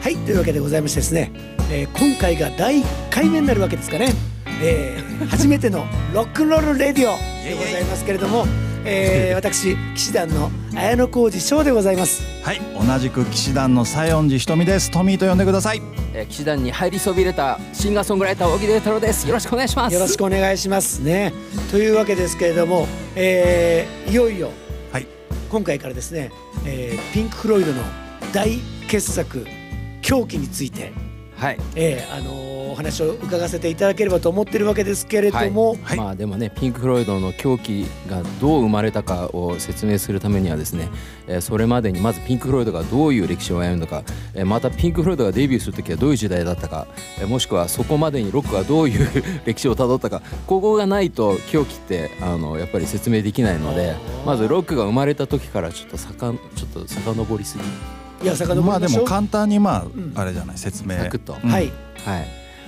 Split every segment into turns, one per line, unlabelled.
はいというわけでございましてですね、えー今回が第1回目になるわけですかね、え ー初めてのロックンロールレディオでございますけれども、えー私騎士団の綾野浩二翔でございます
はい同じく騎士団の西園寺ひとみですトミーと呼んでください
えー、騎士団に入りそびれたシンガーソングライター小木栄太郎ですよろしくお願いします
よろしくお願いしますねというわけですけれども、えーいよいよ
はい
今回からですね、えーピンク・フロイドの大傑作「狂気」について、
はい
えーあのーお話を伺わせていただければと思ってるわけですけれども、
はい
まあでもねピンク・フロイドの狂気がどう生まれたかを説明するためにはですね、えーそれまでにまずピンク・フロイドがどういう歴史を歩むのか、えーまたピンク・フロイドがデビューする時はどういう時代だったか、えーもしくはそこまでにロックがどういう 歴史をたどったかここがないと狂気ってあのやっぱり説明できないのでまずロックが生まれた時からちょっとさかんちょっと遡りすぎ
いや坂の
まあでも簡単にまあ、
ん
あれじゃない説明
サクッと。
うん
はい、
はい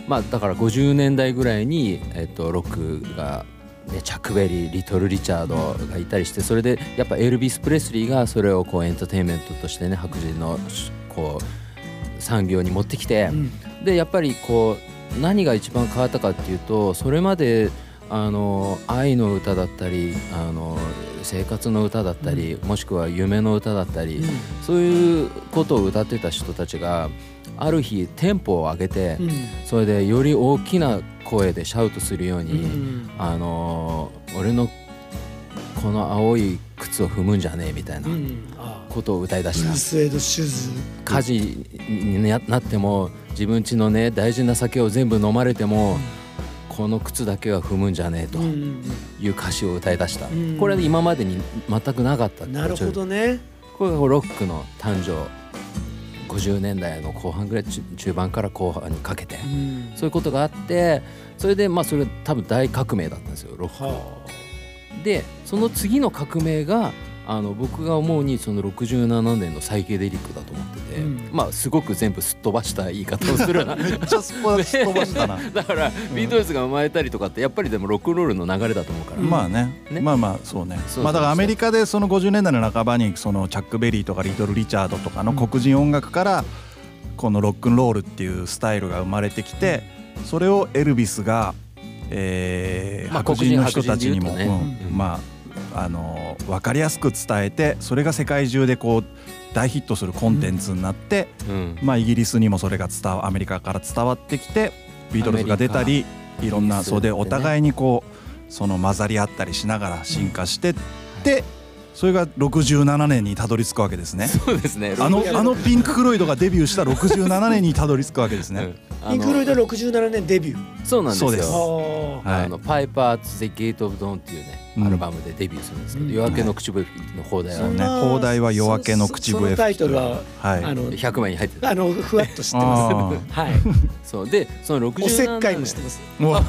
まあ、だから50年代ぐらいに、えっと、ロックが、ね、チャック・ベリーリトル・リチャードがいたりしてそれでやっぱエルビス・プレスリーがそれをこうエンターテインメントとしてね白人のこう産業に持ってきて、
うん
でやっぱりこう何が一番変わったかっていうとそれまであの愛の歌だったりあの生活の歌だったり、もしくは夢の歌だったり、そういうことを歌ってた人たちがある日テンポを上げて、
うん
それでより大きな声でシャウトするように、
うん
あの俺のこの青い靴を踏むんじゃねえみたいな
うんあー
ことを歌い出し
ブ
た
ルー。ス・エイド・シューズ
火事にななっても自分家のね大事な酒を全部飲まれても、この靴だけは踏むんじゃねえと
うんうん
いう歌詞を歌い出した、
ん
これは今までに全くなかった
うんなるほどね
これがロックの誕生50年代の後半ぐらい中中盤から後半にかけて、
うん
そういうことがあってそれでまあそれ多分大革命だったんですよロックの
は
でその次の革命があの僕が思うにその67年のサイケデリックだと思ってて、
うん
まあすごく全部すっ飛ばした言い方をする な
めっちゃすっぽすっ飛ばしたな
だからビートルズが生まれたりとかってやっぱりでもロックンロールの流れだと思うから、
まあね
ね
まあまあそうね
そうそう
まあだからアメリカでその50年代の半ばにそのチャック・ベリーとかリトル・リチャードとかの黒人音楽からこのロックンロールっていうスタイルが生まれてきてそれをエルビスが、えー
まあ
白人の人
黒人
たちにも、
白人で言うとね
うん
うん
まああの分かりやすく伝えてそれが世界中でこう大ヒットするコンテンツになって、
うん
まあ、イギリスにもそれが伝わアメリカから伝わってきてビートルズが出たりいろん
イギ
な
リス
そうで
ってね
お互いにこうその混ざり合ったりしながら進化してってそれが67年にたどり着くわけですね。
そうですね
あのあのピンク・フロイドがデビューした67年にたどり着くわけです
う
ね
ん。
あピンク・フロイ
ド
ド67年デビュー
そうなんです
そうで
よ
す
あ
はい
あのパイパーズ・ゼ・ゲート・オブ・ドンっていうね、
うん
アルバムでデビューするんですけど、
うん
夜明けの口笛の放題は、
そうね
まあ
放題は「夜明けの口
そそ
笛
の
吹
タ
き
イトルは
はい
あの
100枚に入ってた
あのふわっと知って
あ
ま
ー
すはい
そうでその67年
おせっかいもしてます
もう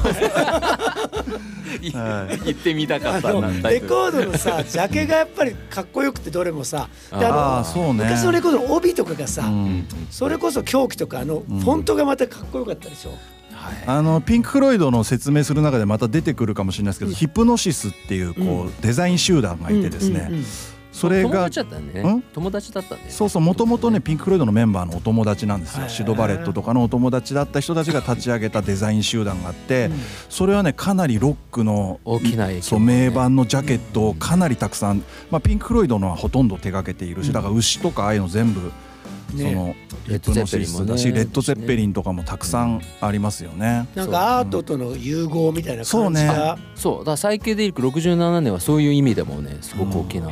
い
は
言ってみたか
あ
った
の
なタ
レ
イトル
コードのさジャケがやっぱりかっこよくてどれもさであの
あーそうね
昔のレコードの帯とかがさ、
うん
それこそ狂気とかあのフ
ん
ォントがまたかっこよかったでしょ、
はい
あのピンク・フロイドの説明する中でまた出てくるかもしれないですけど、ヒプノシスっていうこうデザイン集団がいてですね、
うんうんうん
それ
友
が
達だったんで
ん
ね友達だったんでね
そうそうもともとねピンク・フロイドのメンバーのお友達なんです
へ
よ
ー
シド・バレットとかのお友達だった人たちが立ち上げたデザイン集団があって、
うん
それはねかなりロックの
大きな影響
そう名盤のジャケットをかなりたくさん、まあ、ピンク・フロイドのはほとんど手掛けているし、だから牛とかああいうの全部、
ね
その
レッドゼッペリンもね
だしレッド・ゼッペリンとかもたくさんありますよね。
なんかアートとの融合みたいな
そう
感じ
ね
が、
そうだからサイケデリック67年はそういう意味でもねすごく大きな、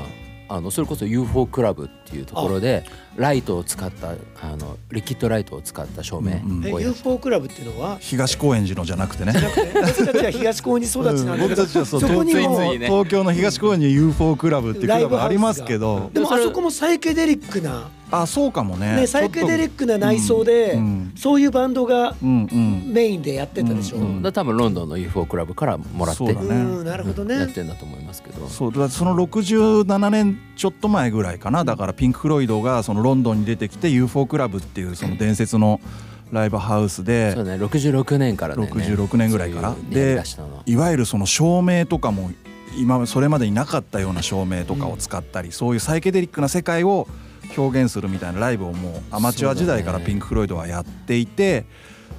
あのそれこそ UFO クラブっていうところでライトを使ったあのリキッドライトを使った照明
うん
え
をやっ
UFO クラブっていうのは
東高円寺のじゃなくてね。
私たちは東高に育ちなんだけど、そこに
つい
も
ついね
東京の東公園に UFO クラブっていうクラブありますけど
でもあそこもサイケデリックな、
あそうかもね
ね、サイケデリックな内装で、
うん
そういうバンドが
うんうん
メインでやってたでしょ、う
うん
だから多分ロンドンの UFO クラブからもらって
そうだね
うんなるほどね、
やってんだと思いますけど
そうだからその67年ちょっと前ぐらいかなだからピンク・フロイドがそのロンドンに出てきて UFO クラブっていうその伝説のライブハウスで
そうね66年からだよね
66年ぐらいから
そういうのや
で
り出したのはい
わゆるその照明とかも今それまでになかったような照明とかを使ったり、そういうサイケデリックな世界を表現するみたいなライブをもうアマチュア時代からピンク・フロイドはやっていて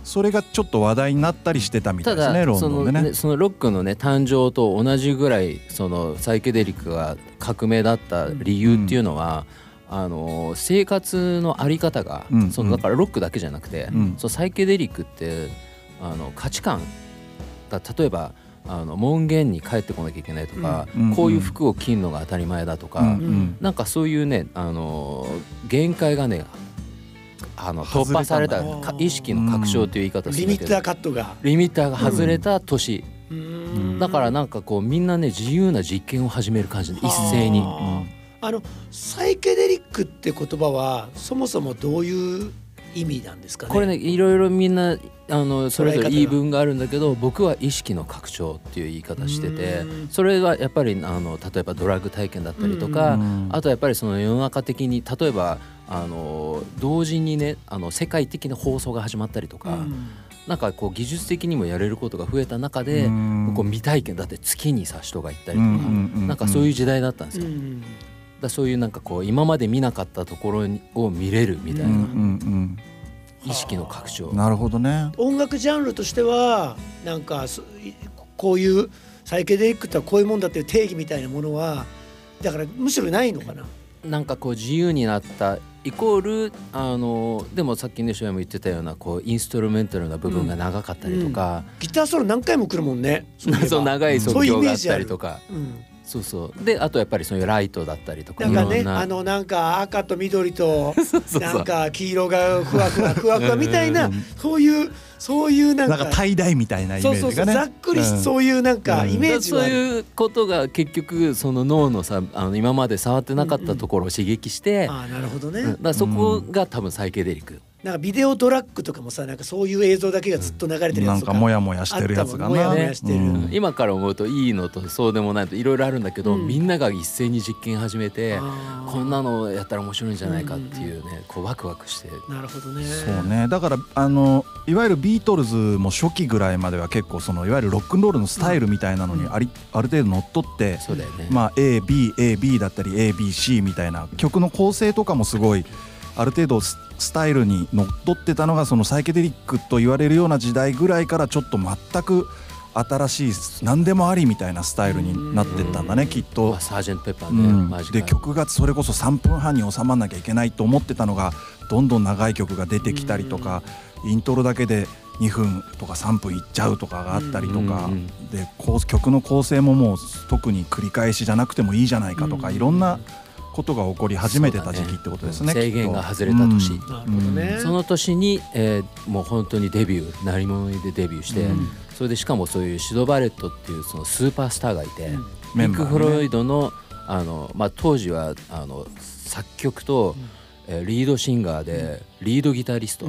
それがちょっと話題になったりしてたみた
た
いです
だ
ねロン
そ
ドン
の
でね
ね。そのロックのね誕生と同じぐらいそのサイケデリックが革命だった理由っていうのは、あの生活のあり方が、
うん
そのだからロックだけじゃなくて、
うん
そのサイケデリックってあの価値観が例えばあの門限に帰ってこなきゃいけないとか、
うんうん
こういう服を着るのが当たり前だとか、
うんうん
なんかそういうね、あのー限界がねあの突破された
外れたんだ
か意識の拡張という言い方をす
リ
る
ミ
け
ッ
ど、
ターカットが
リミッターが外れた年、
う
うん
だからなんかこうみんなね自由な実験を始める感じで一斉に。
あーあのサイケデリックって言葉はそもそもどういう意味なんですかね
これねいろいろみんなあのそれ
捉え方
ぞれ
が
言い分があるんだけど僕は意識の拡張っていう言い方してて
うん
それはやっぱりあの例えばドラッグ体験だったりとか
うん
あとやっぱりその世の中的に例えばあの同時にねあの世界的な放送が始まったりと
う
か
ん
なんかこう技術的にもやれることが増えた中で
うん
こう未体験だって月にさ人が行ったりとか
うんうんうんうん
なんかそういう時代だったんです
う
よ。
ん
だからそういうなんかこう今まで見なかったところにを見れるみたい
うん
な
うん
意識の拡張
うん。なるほどね。
音楽ジャンルとしてはなんかそこういうサイケデリックとはこういうもんだっていう定義みたいなものはだからむしろないのかな
なんかこう自由になったイコールあのでもさっきね翔也も言ってたようなこうインストルメンタルな部分が長かったりとか、
ギターソロ何回も来るもんねそうい えば
そう長い
そう
即
いうイ
興
メ
があ
ー
っ
ジあ
た
る
りとか
うん
そうそうであとやっぱりそういうライトだったりとか
なんかね
いろんな
あのなんか赤と緑 と
そうそう
なんか黄色がふわふわふわふわみたいなそういうそういうなん
なん
か
か大々みたいなイメ
そう
ー
そう
ジ
そ
が
う
ね。
ざっくり
うん
そういうなんか
うん
イメージ
そう
はある
いうことが結局その脳のさあの今まで触ってなかったところを刺激して、
ああなるほどね、
うんだからそこが多分サイケデリック、
なんかビデオドラッグとかもさなんかそういう映像だけがずっと流れてるや
な
つと
ん
か,、
かモヤモヤしてるやつが
あったもんモヤ
な。
モ
ヤ
してる
うん
今から思うといいのとそうでもないといろいろあるんだけど、
うん
みんなが一斉に実験始めて
あー
こんなのやったら面白いんじゃないかっていうねこうワクワクして
なるほどね
そうねだからあのいわゆるビートルズも初期ぐらいまでは結構そのいわゆるロックンロールのスタイルみたいなのにあり、ある程度乗っ取って、
そうだよね、
まあ、ABAB だったり ABC みたいな曲の構成とかもすごいある程度ススタイルにのっとってたのがそのサイケデリックと言われるような時代ぐらいからちょっと全く新しい何でもありみたいなスタイルになってったんだねきっと
まあ。サージェント・ペッパー
う
ね、
ん
マジ、
で曲がそれこそ3分半に収まらなきゃいけないと思ってたのがどんどん長い曲が出てきたりとか、イントロだけで2分とか3分いっちゃうとかがあったりとか、
うんうん
でこう曲の構成ももう特に繰り返しじゃなくてもいいじゃないかとか、
うん
いろんなことが起こり始めてた時期ってことですね。
そうだね
きっと
制限が外れた
うん
年
なるほどね、
その年に、えーもう本当にデビュー鳴り物入りでデビューして、
うん
それでしかもそういうシド・バレットっていうそのスーパースターがいて、
うん
メ
ピ
ン
ン
バーね
ク・フロイドのあの、まあ、当時はあの作曲と、えーリードシンガーでリードギタリスト、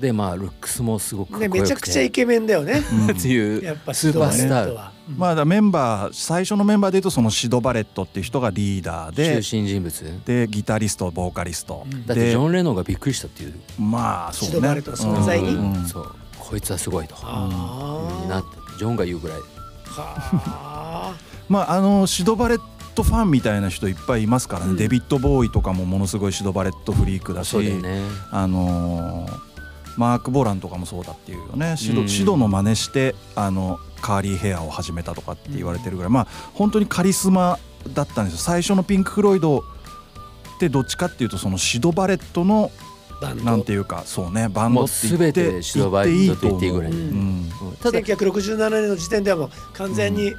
でまあルックスもすごくかっこ
ね
よくて
めちゃくちゃイケメンだよね、
うん
っていう
やっぱ
スーパースター、
は
まあ、だからメンバー最初のメンバーでいうとそのシド・バレットっていう人がリーダーで
中心人物
でギタリストボーカリスト、
うん
だってジ
で
ョン・レノンがびっくりしたっていう
まあそうね
シドバレットの存在に
うん
そうこいつはすごいと
あー
なってジョンが言うぐらい
はあ
まああのシドバレットファンみたいな人いっぱいいますからね、
うん
デビッド・ボーイとかもものすごいシドバレットフリークだし
そうだよね
あのーマーク・ボランとかもそうだっていうよねシド,、
うん
シドの真似してあのカーリーヘアを始めたとかって言われてるぐらい、まあ本当にカリスマだったんですよ最初のピンク・フロイドってどっちかっていうとそのシドバレットの
バンド
なんていうかそうねバンド
も
っ
う
て言
全
って
てシド・バレットと言っていいぐらい、
う
うんん
うんただ
1967年の時点ではもう完全に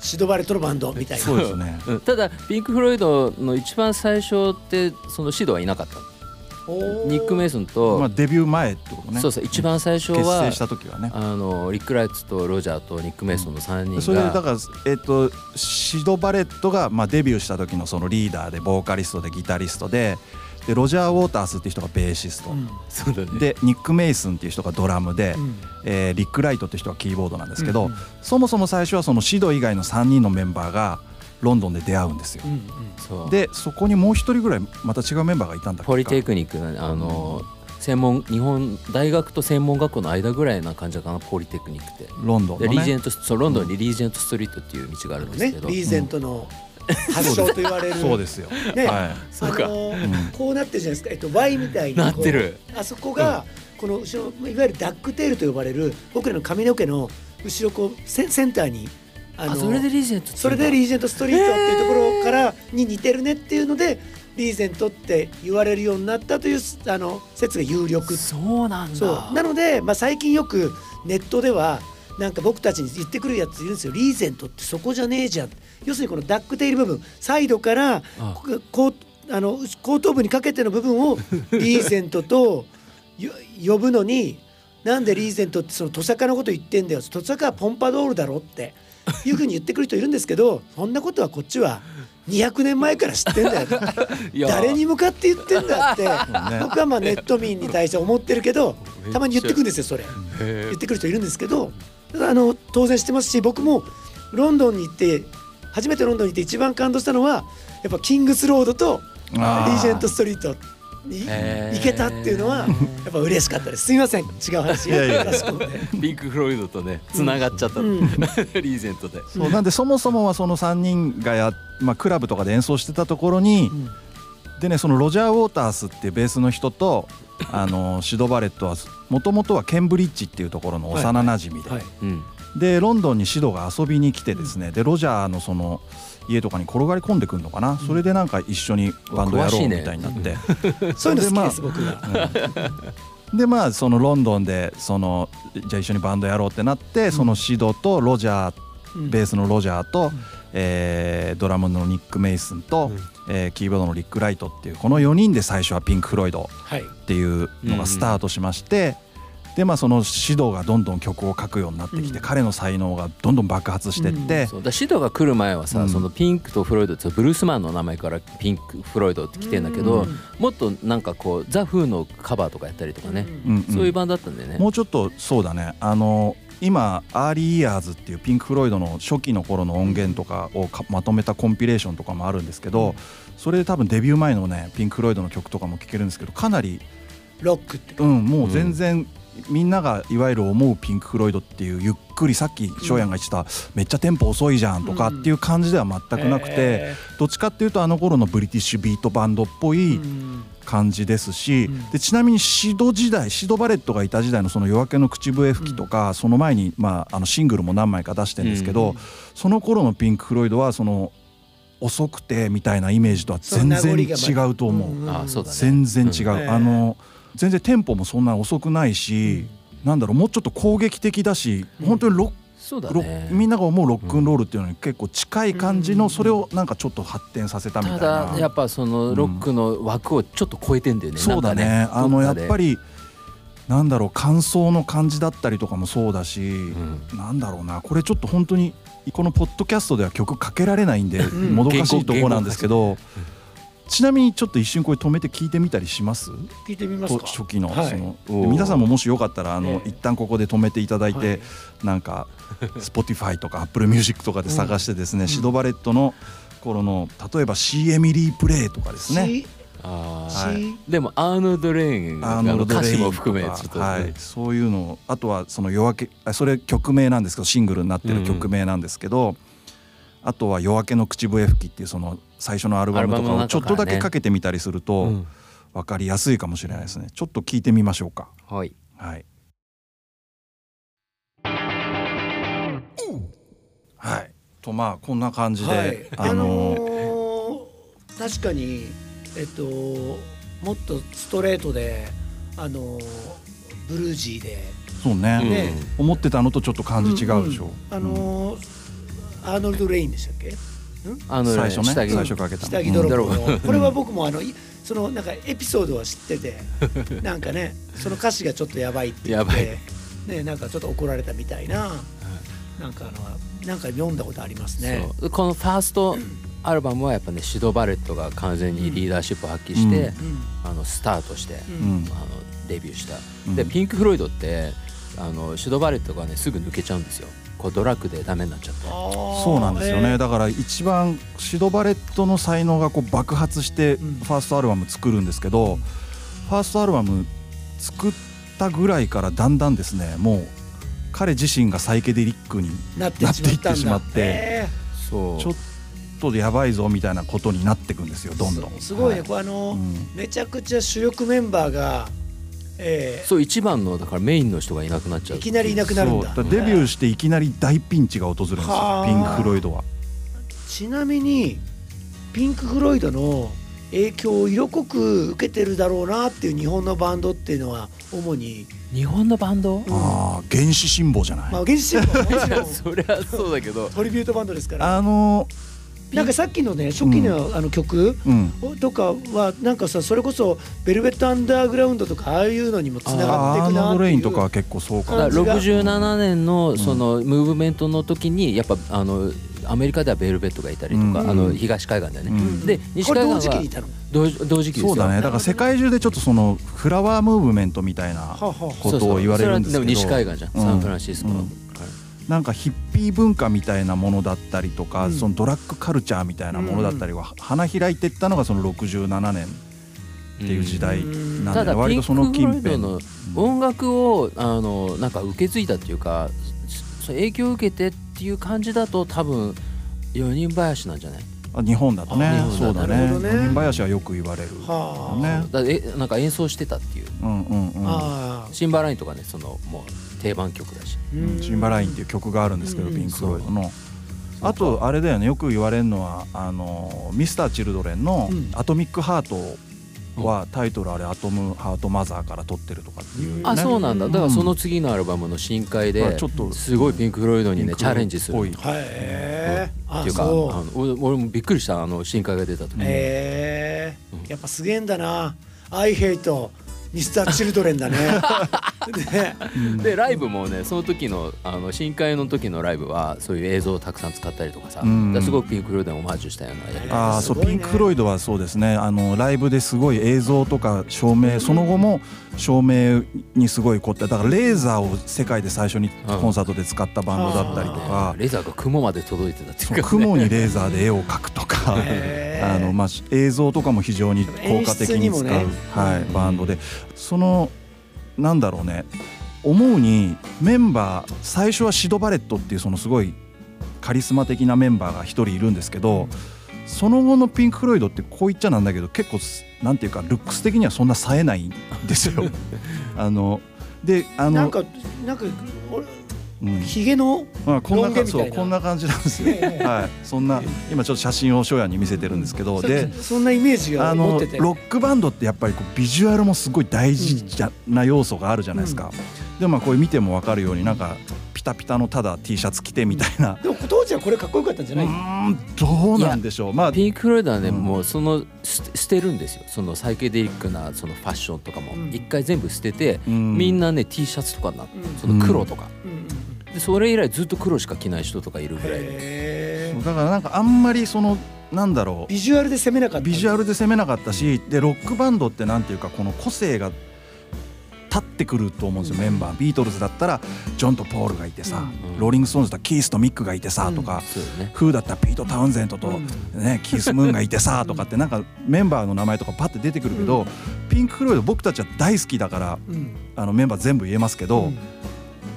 シドバレットのバンドみたいな、
そうですね
うんただピンク・フロイドの一番最初ってそのシドはいなかった
おー
ニック・メイソンと、
まあデビュー前ってことね
そうそう一番最初
結
は
成した時はね
あのリック・ライツとロジャーとニック・メイソンの3人が
それでだから、えっとシド・バレットが、まあ、デビューした時のそのリーダーでボーカリストでギタリストででロジャー・ウォータースっていう人がベーシスト、
うん
そうだね
でニック・メイスンっていう人がドラムで、
うん
えーリック・ライトっていう人がキーボードなんですけど、
うんうん
そもそも最初はそのシド以外の3人のメンバーがロンドンで出会うんですよ
う。んうん
そう
でそこにもう一人ぐらいまた違うメンバーがいたんだっけ
ポリテクニックなあの、専門日本大学と専門学校の間ぐらいな感じかなポリテクニックって。
ロンドン
で
の
リージェ
ね
ントそうロンドンにリージェントストリートっていう道があるんです
ね
けど、
リーゼントの発祥と言われる
そうですよ、
ね
は
そうか
あのー
うん
こうなってるじゃないですか、えっと、Y みたいにこう
なってる
あそこが、この後ろいわゆるダックテールと呼ばれる僕らの髪の毛の後ろこうセンセンターにあ
あ
の
それでリージェント
それでリーゼントストリートっていうところからに似てるねっていうのでリーゼントって言われるようになったというあの説が有力
クそうなんだ
そうなので、まあ、最近よくネットではなんか僕たちに言ってくるやついるんですよリーゼントってそこじゃねえじゃん要するにこのダックテール部分サイドから
あ
ここうあの後頭部にかけての部分 をリーゼントとよ呼ぶのになんでリーゼントってそのトサカのこと言ってんだよトサカはポンパドールだろ っていうふうに言ってくる人いるんですけどそんなことはこっちは200年前から知ってんだよ
いや
誰に向かって言ってんだ って僕はまあネット民に対して思ってるけど
めっちゃ
たまに言ってくるんですよそれ
へ
言ってくる人いるんですけどあの当然してますし僕もロンドンに行って初めてロンドンに行って一番感動したのはやっぱキングスロードとリ
あー
ージェントストリートに
へー
行けたっていうのはやっぱ嬉しかったですすみません違う話
いやいや
らしくもね
ピンク・フロイドとねつながっちゃった、
うん
リーゼントで
い、そうなんでそもそもはその3人がや、まあ、クラブとかで演奏してたところに、
うん
でねそのロジャー・ウォータースっていうベースの人とあのシド・バレットはもともとはケンブリッジっていうところの幼なじみで、
はい
うん
でロンドンにシドが遊びに来てですね、でロジャーのその家とかに転がり込んでくるのかな、それでなんか一緒にバンドや
詳
ろ
しいうね
みたいになって、
そういうの好きです
それ
僕が
でまあそのロンドンでそのじゃあ一緒にバンドやろうってなって、そのシドとロジャー
うん
ベースのロジャーと、えードラムのニック・メイスンと、えーキーボードのリック・ライトっていうこの4人で最初はピンク・フロイド
はい
っていうのがスタートしまして、でまあその指導がどんどん曲を書くようになってきて、
うん
彼の才能がどんどん爆発してって、
そうだシドが来る前はさ、
うん
そのピンクとフロイドってブルースマンの名前からピンク・フロイドって来てんだけ
う
ど、
ん
もっとなんかこうザ・フーのカバーとかやったりとかね、
うん
うんうん
そういうバンドだったんだよね。
もうちょっとそうだねあの今アーリーイヤーズっていうピンク・フロイドの初期の頃の音源とかをかまとめたコンピレーションとかもあるんですけど、それで多分デビュー前のねピンク・フロイドの曲とかも聴けるんですけどかなり、
ロックって
うん、もう全然、みんながいわゆる思うピンク・フロイドっていうゆっくりさっき翔やんが言ってた、めっちゃテンポ遅いじゃんとかっていう感じでは全くなくて、
へ
どっちかっていうとあの頃のブリティッシュビートバンドっぽい、
ーうん
感じですし、
うん
でちなみにシド時代シド・バレットがいた時代のその「夜明けの口笛吹き」とか、その前に、まあ、あのシングルも何枚か出してるんですけど、
うん
その頃のピンク・フロイドはその遅くてみたいなイメージとは全然違うと思う、
ん
あそうだね
全然違う、
うん
あの全然テンポもそんな遅くないし、なんだろうもうちょっと攻撃的だし本当にロック
そうだ
ロ
ね
みんなが思うロックンロールっていうのに結構近い感じの、それをなんかちょっと発展させたみた
た
いな。
だやっぱそのロックの枠をちょっと超えてんだよね。
そうだね
なんか
あのやっぱ
り、
りなんだろう感想の感じだったりとかもそうだし、
うん
なんだろうなこれちょっと本当にこのポッドキャストでは曲かけられないんで、
ん
もどかしいとこなんですけど、ちなみにちょっと一瞬これ止めて聞いてみたりします
聞いてみます
と
か
初期の,、
はい
その
おー
皆さんももしよかったらあの、
ええ
一旦ここで止めていただいて、
はい
なんか Spotify とか AppleMusic とかで探してですね、シドバレットの頃の例えば「シーエミリープレイ」とかですね。
C
あー
はい
C
でもアーノルド・レイン
アー
が
ノルド
歌
レイン
詞
とか
も含めちょっと、
はい、そういうのをあとはその夜明けあそれ曲名なんですけどシングルになってる曲名なんですけど、あとは「夜明けの口笛吹き」っていうその最初のアルバムとか
アルバムの
をちょ
中
っ
からね
とだけかけてみたりすると、
うん
分かりやすいかもしれないですねちょっと聞いてみましょうか。
はい
はいはい、とまあこんな感じで、
はい、
あ
あ
の
のー確かにえっともっとストレートであのーブルージーで
そうね
ね
思ってたのとちょっと感じ違うでしょ。
んんあのーアーノルド・レインでしたっけ
アーノルド
最
レイ
初ね
ン下着
最初かけた
下
の
着泥棒
うん
のこれは僕もあのいそのなんかエピソードは知って てなんかねその歌詞がちょっとやばいって言っ
やば
てねなんかちょっと怒られたみたいななんかあのなんか読んだことありますね。
そうこのファーストアルバムはやっぱねシド・バレットが完全にリーダーシップを発揮して、
う
うん
あのスタートして、
うん
あのデビューした、
うん
でピンク・フロイドってあのシド・バレットがねすぐ抜けちゃうんですよこうドラッグでダメになっちゃって
そうなんですよね、
あーえー
だから一番シド・バレットの才能がこう爆発してフ
うん
ァーストアルバム作るんですけど、ファーストアルバム作ったぐらいからだんだんですねもう彼自身がサイケデリックに
なってしまったんだ
なっていってしまって
え
そう
ちょっとやばいぞみたいなことになっていくんですよ
え
どんどん。
すすごいね、
はい
こうあの、
うん
めちゃくちゃ主力メンバーが、え
そう一番のだからメインの人がいなくなっち
え
ゃう
いきなりいなくなるんだ
そうデビューしていきなり大ピンチが訪れるんですよ
はあ
ピンク・フロイドは。
ちなみにピンク・フロイドの影響を色濃く受けてるだろうなっていう日本のバンドっていうのは主に、
日本のバンド
うん
ああ原始辛抱じゃない、
まあ、原始神話ももち ろん
そりゃそうだけど
トリビュートバンドですから
あの
なんかさっきのね初期のあの曲
うん
とかはなんかさそれこそ「ベルベット・アンダーグラウンド」とかああいうのにもつながってい
あア
く
ー
な
ノ
っ
ド・
て
レ
い
イ
う
ンとかは結構そうかも
感じが
67年のそのムーブメントの時にやっぱあのアメリカではベルベットがいたりとか、
うん
あの東海岸だよね、
うん
で西
これ
海
同
岸
時期にい
は
たのは
同時同時期ですよ
そうだねだから世界中でちょっとそのフラワームーブメントみたいな
あはあ
ことを言われるんですけど
そうそうそれはでも西海岸じゃん、
うん
サンフランシスコの、
うん
はい
なんかヒッピー文化みたいなものだったりとか、
うん
そのドラッグカルチャーみたいなものだったりは花開いていったのがその67年っていう時代なんで、
ただ
割とその近
ピンク・フロ
辺
イドの音楽をあのなんか受け継いだっていうかそそう影響を受けてっていう感じだと多分四人林なんじゃない
あ日本だとね
あ
そ
日本
う
だ
だ
なる
ね
ほどね
四人林はよく言われる、
はあ、
ね
だえなんか演奏してたっていう
うんうんうん
ああ
シンバラインとかねそのもう定番曲だし
うん
シンバラインっていう曲があるんですけど、
うん
ピンク・フロイドの。あとあれだよねよく言われるのはあのミスター・チルドレンの
うん
「アトミック・ハート」はタイトルあれ「アトム・ハート・マザー」から取ってるとかっていう、ね、
あそうなんだだから
うん
その次のアルバムの新回
まあ
で
ちょっと
すごいピンク・フロイドにねチャレンジする
ピ
っ
ンクっぽい
はいええあ
ていうかあ
そう
の俺俺もびっくりしたあの新回が出た時
へえ
うん
やっぱすげえんだな「I hate ミスター・チルドレン」 だねね
うん
でライブもねその時のあの新海の時のライブはそういう映像をたくさん使ったりとかさ、
うん
だからすごくピンク・フロイドにオマージュしたようなやり方
あー
す
そ
ご
う
いね
ピンク・フロイドはそうですねあのライブですごい映像とか照明その後も照明にすごい凝ってだからレーザーを世界で最初にコンサートで使ったバンドだったりとか、
レーザーが雲まで届いてたっていうか、ね、
雲にレーザーで絵を描くとか
へー
あの、まあ、映像とかも非常に効果的に使う
演出にもね
は
うん
い、バンドでそのなんだろうね思うにメンバー最初はシド・バレットっていうそのすごいカリスマ的なメンバーが一人いるんですけどその後のピンク・フロイドってこう言っちゃなんだけど結構すなんていうかルックス的にはそんな冴えないんです よ。あのであ
な
の
んかなんか俺
うん
ひげの
まあ、こん
ロ
な
ン毛み
感じ
たいな
そうこんな感じなんですよ。
ええ
はい、そんな今ちょっと写真を翔也に見せてるんですけど、で、
そそんなイメージ
あ
が持
の
ってて
ロックバンドってやっぱりこうビジュアルもすごい大事じゃ、な要素があるじゃないですか。でもまあこれ見てもわかるようになんかピタピタのただ T シャツ着てみたいな。
でも当時はこれかっこよかったんじゃ
う
ない、
ーんどうなんでしょう。まあ
ピンク・フロイドはね、
うん
もうその捨て捨てるんですよそのサイケデリックなそのファッションとかも
うん
一、回全部捨てて、み
み
んなね T シャツとかになって
うん
その黒とか、
うんうんうん
でそれ以来ずっと黒しか着ない人とかいるぐらいで
へ
だ
え
からなんかあんまりそのなんだろう
ビジュアルで攻めなかった
ビジュア
ル
ルで攻めなかったしでロックバンドってなんていうかこの個性が立ってくると思うんですよ、メンバービートルズだったらジョンとポールがいてさ、
うん
ローリング・ストーンズだったらキースとミックがいてさ、
うん
とか、
そうよね
フーだったらピート・タウンゼントと、ね、キース・ムーンがいてさ、とかってなんかメンバーの名前とかパッて出てくるけど、
うん
ピンク・フロイド僕たちは大好きだから
うん
あのメンバー全部言えますけど、
うん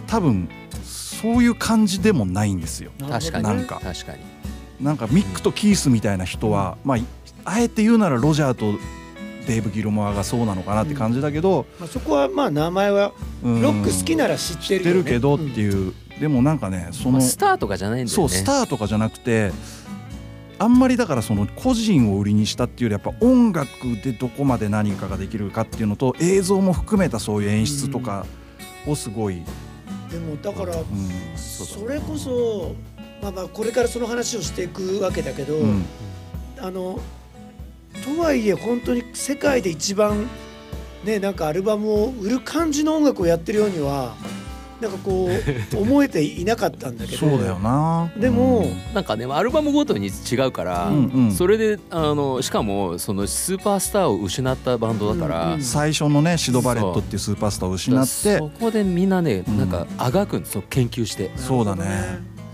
多分そういう感じでもないんですよ。
なるほどね
確かに
なんか
確かに
なんかミックとキースみたいな人は、まあ、あえて言うならロジャーとデーブ・ギルモアがそうなのかなって感じだけど、
まあ、そこはまあ名前は
うん
ロック好きなら知っ
知
て
っ
る
て
よね、
るけどっていう、でもなんかねその、
まあスターとかじゃないんだよ
そ
ね
うスターとかじゃなくてあんまりだからその個人を売りにしたっていうよりやっぱ音楽でどこまで何かができるかっていうのと映像も含めたそういう演出とかをすごい、うん
でもだからそれこそまあまあこれからその話をしていくわけだけど、
うん
あのとはいえ本当に世界で一番ねなんかアルバムを売る感じの音楽をやってるようにはなんかこう 思えていなかったんだけど
そうだよな。
でも
なんかねアルバムごとに違うから、
うんうん
それであのしかもそのスーパースターを失ったバンドだから,、
うんうん
最初のねシド・バレットっていうスーパースターを失って
そこでみんなね
うん
なんかあがくんですよ研究して
そうだね
なる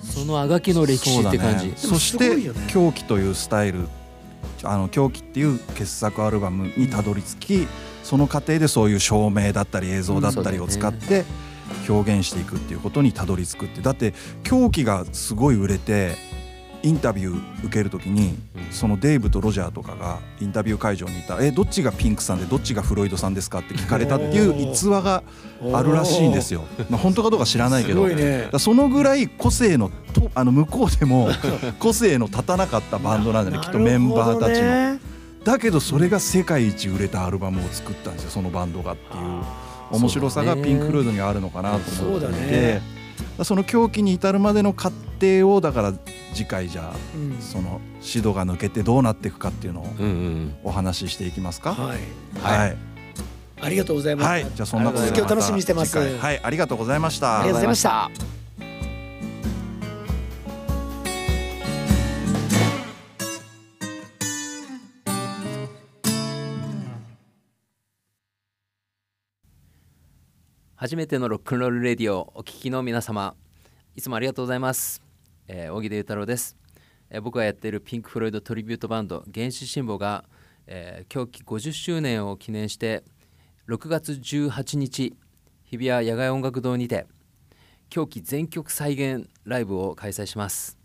ほど
そのあがきの歴史って感じ、
そうだねそし
でもすごいよ
て
ね
「狂気」というスタイル「あの狂気」っていう傑作アルバムにたどり着き、その過程でそういう照明だったり映像だったりを使って表現していくっていうことにたどり着くってだって狂気がすごい売れてインタビュー受けるときに
うん
そのデイブとロジャーとかがインタビュー会場にいた「えどっちがピンクさんでどっちがフロイドさんですか?」って聞かれたっていう逸話があるらしいんです
よ
よ。まあ、本当かどうか知らないけど
すごいね
だからそのぐらい個性のとあの向こうで も個性の立たなかったバンドなんだねきっとメンバーたちの。
の
だけどそれが世界一売れたアルバムを作ったんですよそのバンドがっていう面白さが
そうだね
ピンク・フロイドにはあるのかなと思って
そ
いて
うだ
そ,、
ね
の狂気に至るまでの過程をだから次回じゃあ
うん
そのシドが抜けてどうなっていくかっていうのを
うんうん
お話ししていきますか。
はい
はい、
ありがとうございます、
はい、じゃあそんなことで
続きを楽しみにしてます
た次回はい、ありがとうございました。
ありがとうございました
初めてのロックンロールレディオお聞きの皆様いつもありがとうございます、えー、大木出太郎です、えー僕がやっているピンク・フロイドトリビュートバンド原始神保が、えー、狂気50周年を記念して6月18日日比谷野外音楽堂にて狂気全曲再現ライブを開催します、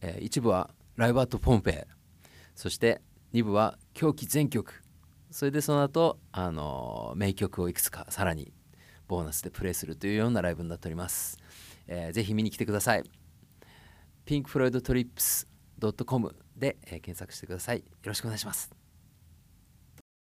えー、一部はライブアットポンペイそして2部は狂気全曲それでその後、あのー名曲をいくつかさらにボーナスでプレイするというようなライブになっております、えーぜひ見に来てください pinkfloydtrips.com で、えー検索してくださいよろしくお願いします